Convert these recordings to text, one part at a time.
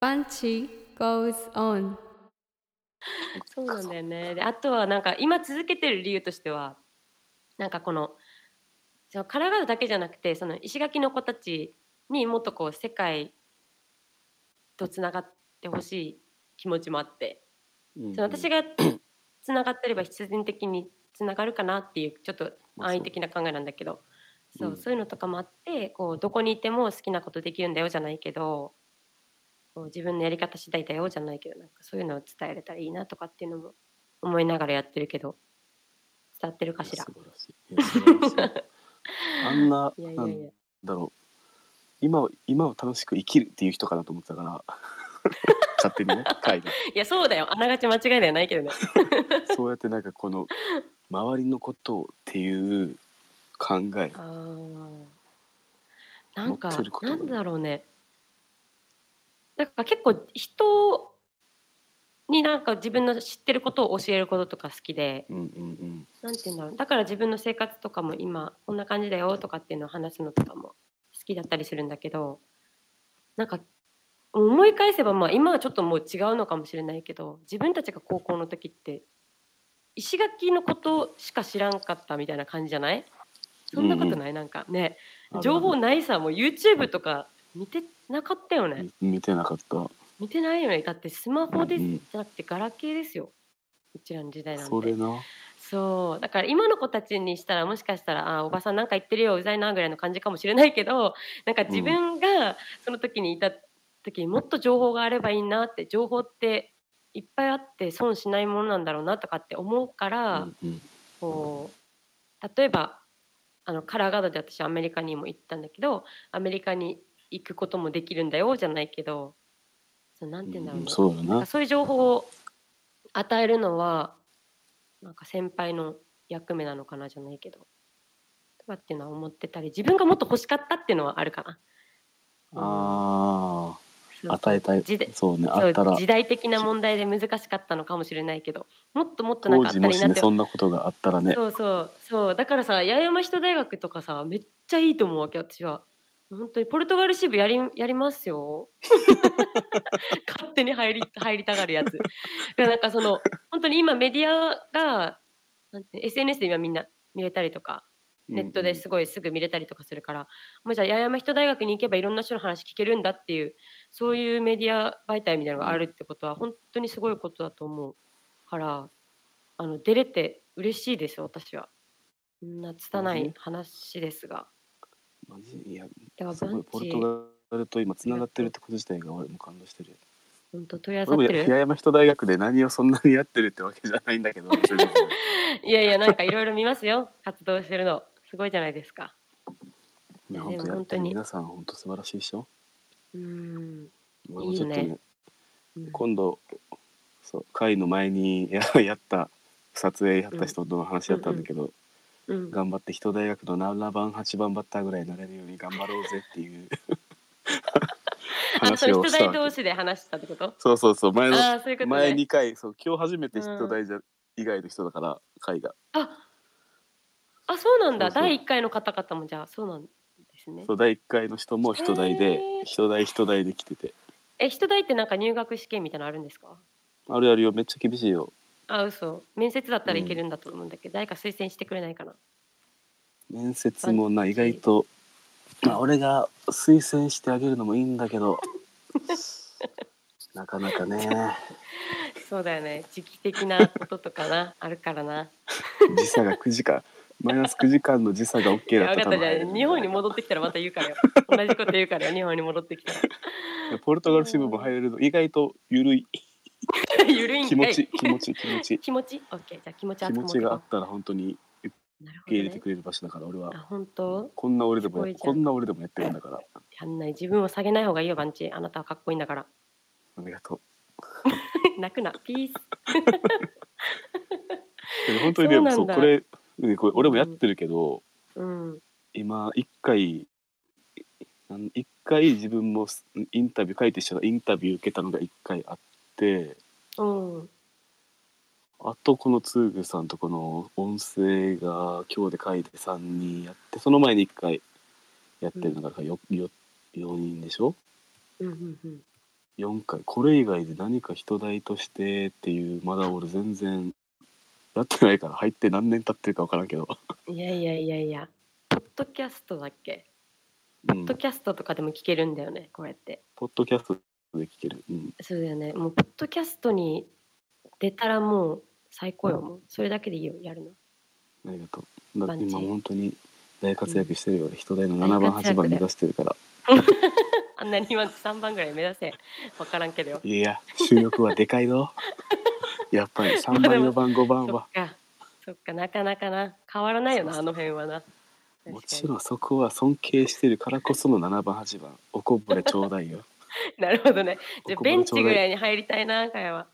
Banshee goes on. そうなんだよね。であとはなんか今続けてる理由としてはなんかこのそのカラガルだけじゃなくてその石垣の子たちにもっとこう世界とつながってほしい気持ちもあってその私ががつながってれば必然的につながるかなっていうちょっと安易的な考えなんだけど。そううんそういうのとかもあってこうどこにいても好きなことできるんだよじゃないけどこう自分のやり方次第だよじゃないけどなんかそういうのを伝えれたらいいなとかっていうのも思いながらやってるけど伝わってるかしら素晴らしいいや素晴らし いあんないやいなやんいやだろう今を今を楽しく生きるっていう人かなと思ってたから 勝手にね会がいやそうだよあながち間違いではないけどねそうやってなんかこの周りのことをっていう考えあーなんか持ってることながんだろうねなんか結構人になんか自分の知ってることを教えることとか好きでうんうんなんて言うんだろうだから自分の生活とかも今こんな感じだよとかっていうのを話すのとかも好きだったりするんだけどなんか思い返せばまあ今はちょっともう違うのかもしれないけど自分たちが高校の時って石垣のことしか知らんかったみたいな感じじゃないそんなことない、なんかねうん情報ないさもう YouTube とか見てなかったよね見てなかった見てないよねだってスマホでうすんうんじゃなくてガラケーですようちらの時代なんてそれなそうだから今の子たちにしたらもしかしたら「あーおばさんなんか言ってるようざいな」ぐらいの感じかもしれないけどなんか自分がその時にいた時にもっと情報があればいいなって情報っていっぱいあって損しないものなんだろうなとかって思うから、うんうんこう例えばあのカラーガードで私アメリカにも行ったんだけどアメリカに行くこともできるんだよじゃないけどそうなんて言うんだろううねん、そうだなんなかそういう情報を与えるのはなんか先輩の役目なのかなじゃないけどとかっていうのは思ってたり自分がもっと欲しかったっていうのはあるかな。あそうあ与えたい時代そうねそあうったら時代的な問題で難しかったのかもしれないけどもっともっとなん当かあっ時たもらいいしなっねてそんなことがあったらねそうそうそうだからさ八重山人大学とかさめっちゃいいと思うわけ私は本当にポルトガル支部やりやりますよ 勝手に入り入りたがるやつでなんかその本当に今メディアがなんて SNS で今みんな見れたりとかネットですごいすぐ見れたりとかするから、もうじゃあ八重山人大学に行けばいろんな人の話聞けるんだっていうそういうメディア媒体みたいなのがあるってことは本当にすごいことだと思うからあの出れて嬉しいです私は。そんな拙い話ですが。マジいやだからすバごいンポチルートガルと今つながってるってこと自体が俺も感動してる本当問い合わ俺もさっやて平る山人大学で何をそんなにやってるってわけじゃないんだけど正 直いやいやなんかいろいろ見ますよ活動してるのすごいじゃないですか。いやでも本当や本当ってるに皆さん本当素晴らしいでしょうーん俺もちょっとねいいねうん今度そう会の前にややった撮影やった人との話だったんだけど、うん頑張って人大学の7番8番バッターぐらいになれるように頑張ろうぜっていう あそ話うを人した大わ同け士で話したってことそうそうそう前のああそういうこと前ね。 2回そう今日初めて人大じゃ、以外の人だから会がああそうなんだそうそう第1回の方々もじゃあそうなんですねそう第1回の人も人大で、へー人大人大で来ててえ人大ってなんか入学試験みたいなのあるんですかあるあるよめっちゃ厳しいよあ嘘面接だったらいけるんだと思うんだけど、誰か推薦してくれないかな面接もな意外と、まあ、俺が推薦してあげるのもいいんだけ どなかなかねそうだよね時期的なこととかな あるからな時差が9時間マイナス9時間の時差が OK だっ分たかかっもたじゃあ日本に戻ってきたらまた言う からよ同じこと言うからよ日本に戻ってきたポルトガル支部も入れるの意外と緩いら緩いんかい気持ち気持ち気持ち気持ち OK じゃあ気持ち気熱く持持ってちこうがあったら本当に受なるほけど、入れてね、くれる場所だから俺はあ本当こんな俺でもやすごいじゃこんんな俺でもやってるんだからやんない自分を下げない方がいいよバンチあなたはかっこいいんだから ありがとう泣くなピースでも本当にでもそそううなんだこれねこれ俺もやってるけど、うん今一回なん一回自分もすインタビュー書いてしたらインタビュー受けたのが一回あってうんあとこのツーグさんとこの音声が今日で書いて3人やってその前に一回やってるのが 4, 四四人でしょうんうんうん4回これ以外で何か人代としてっていうまだ俺全然やってないから入って何年経ってるか分からんけど、いやいやいやいやポッドキャストだっけうポんッド、キャストとかでも聞けるんだよねこうやってポッドキャストで聞ける、うん、そうだよねもうポッドキャストに出たらもう最高よもうそれだけでいいよやるのありがとうだってバンチ今本当に大活躍してるよ、俺人代の7番大活躍だ8番目指してるからあんなに今3番ぐらい目指せ分からんけどよいや収録はでか いぞやっぱり3番でも4番5そ番っはかそっかなかなかな変わらないよなそあの辺はなも確ちかにろんそこは尊敬してるからこその7番8番おこぼれちょうだい よなるほどねじゃあおこぼベれンちょうだチいぐらいに入りたいな会話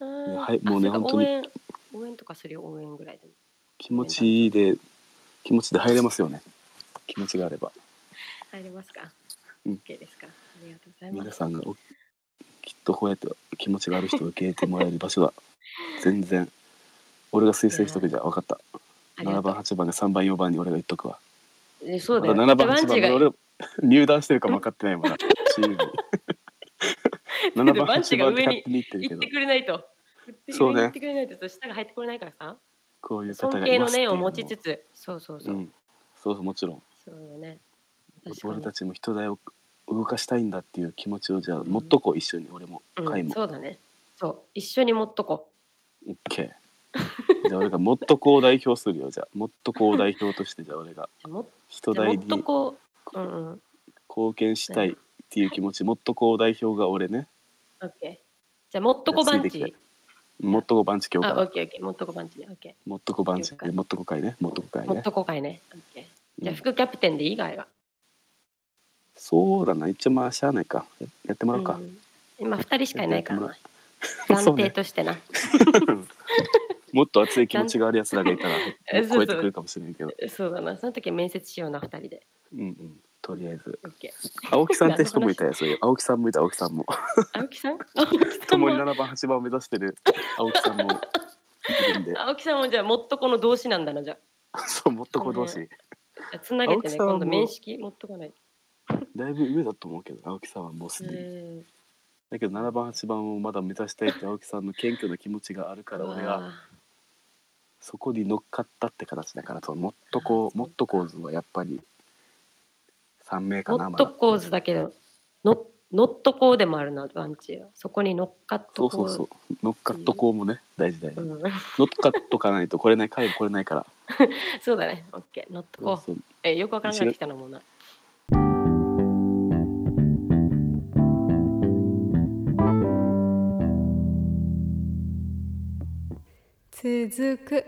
はいもうね本当に応援応援とかするよ応援ぐらいでも気持ちいいで気持ちで入れますよね気持ちがあれば入れますか、うん OK ですかありがとうございま皆すさんがおきっとこうやって気持ちがある人を受け入れてもらえる場所だ全然 俺が推薦しとくじゃ分かったありがと7う番8番で3番4番に俺が言っとくわえそうだよまだ7番ジャバ8ン番チがで俺入団してるかも分かってないも んなチームに7番バンチ8が番上にで勝手に言ってる行けっどてくれないとそうね行ってくれないと下が入ってこれないからさこういう方尊が敬いまのすってい念うをの持をちつつそうそうそうう、んそうそうもちろんそうよね確か俺にたちも人代を動かしたいんだっていう気持ちをじゃあ持っとこう一緒に俺もう会ん、もそうだねそう一緒に持っとこオッケー。じゃあ俺がもっとこう代表するよじゃあもっとこう代表としてじゃあ俺がうも人じゃあも代っにと貢こううんうん献したいっていう気持ちもっとこう代表が俺ねオッケーじゃあもっとこバンついてきチもっとこうバンチ協あオ会ッケーオッケーもっとこバンチねオッケもっとこうバンチ了解もっとこ会ねもっとこ会ーもっねとこ会ねオッケーじゃあうん副キャプテンでいいがいはそうだな一応まあしゃあないかややってもらううかん今二人しかいないからな暫そう 定ねとしてな、 もっと熱い気持ちがあるやつらがいたらえそうそう超えてくるかもしれんけどそうだなその時面接しような二人でうんうんとりあえずオッ ケ青木さんって人もい たよそういう青木さんもいた青木さんもー青木さん青木さん共もに7番8番を目指してる青木さんも いるんで青木さんもじゃあもっとこの動詞なんだなじゃそう、もっとこ同士。あつなげ青て木ねさんも今度面識持っとかないだいぶ上だと思うけど、青木さんはもうすでに。うんだけど、7番、8番をまだ目指したいって青木さんの謙虚な気持ちがあるから、俺うがわそこに乗っかったって形だから、そうもっとこう、もっとこうずはやっぱり3名かノな、ッまトだ。コーズだけど、ノノットコーでもあるな、バンチは。そこに乗っかっとそうそこうそう。乗っかっとこうもね、大事だようね。ん、 乗っかっとかないと、これない、回もこれないから。そうだね、オッケー、乗っとこう。そうえよくわからなくなってきたのもうな。続く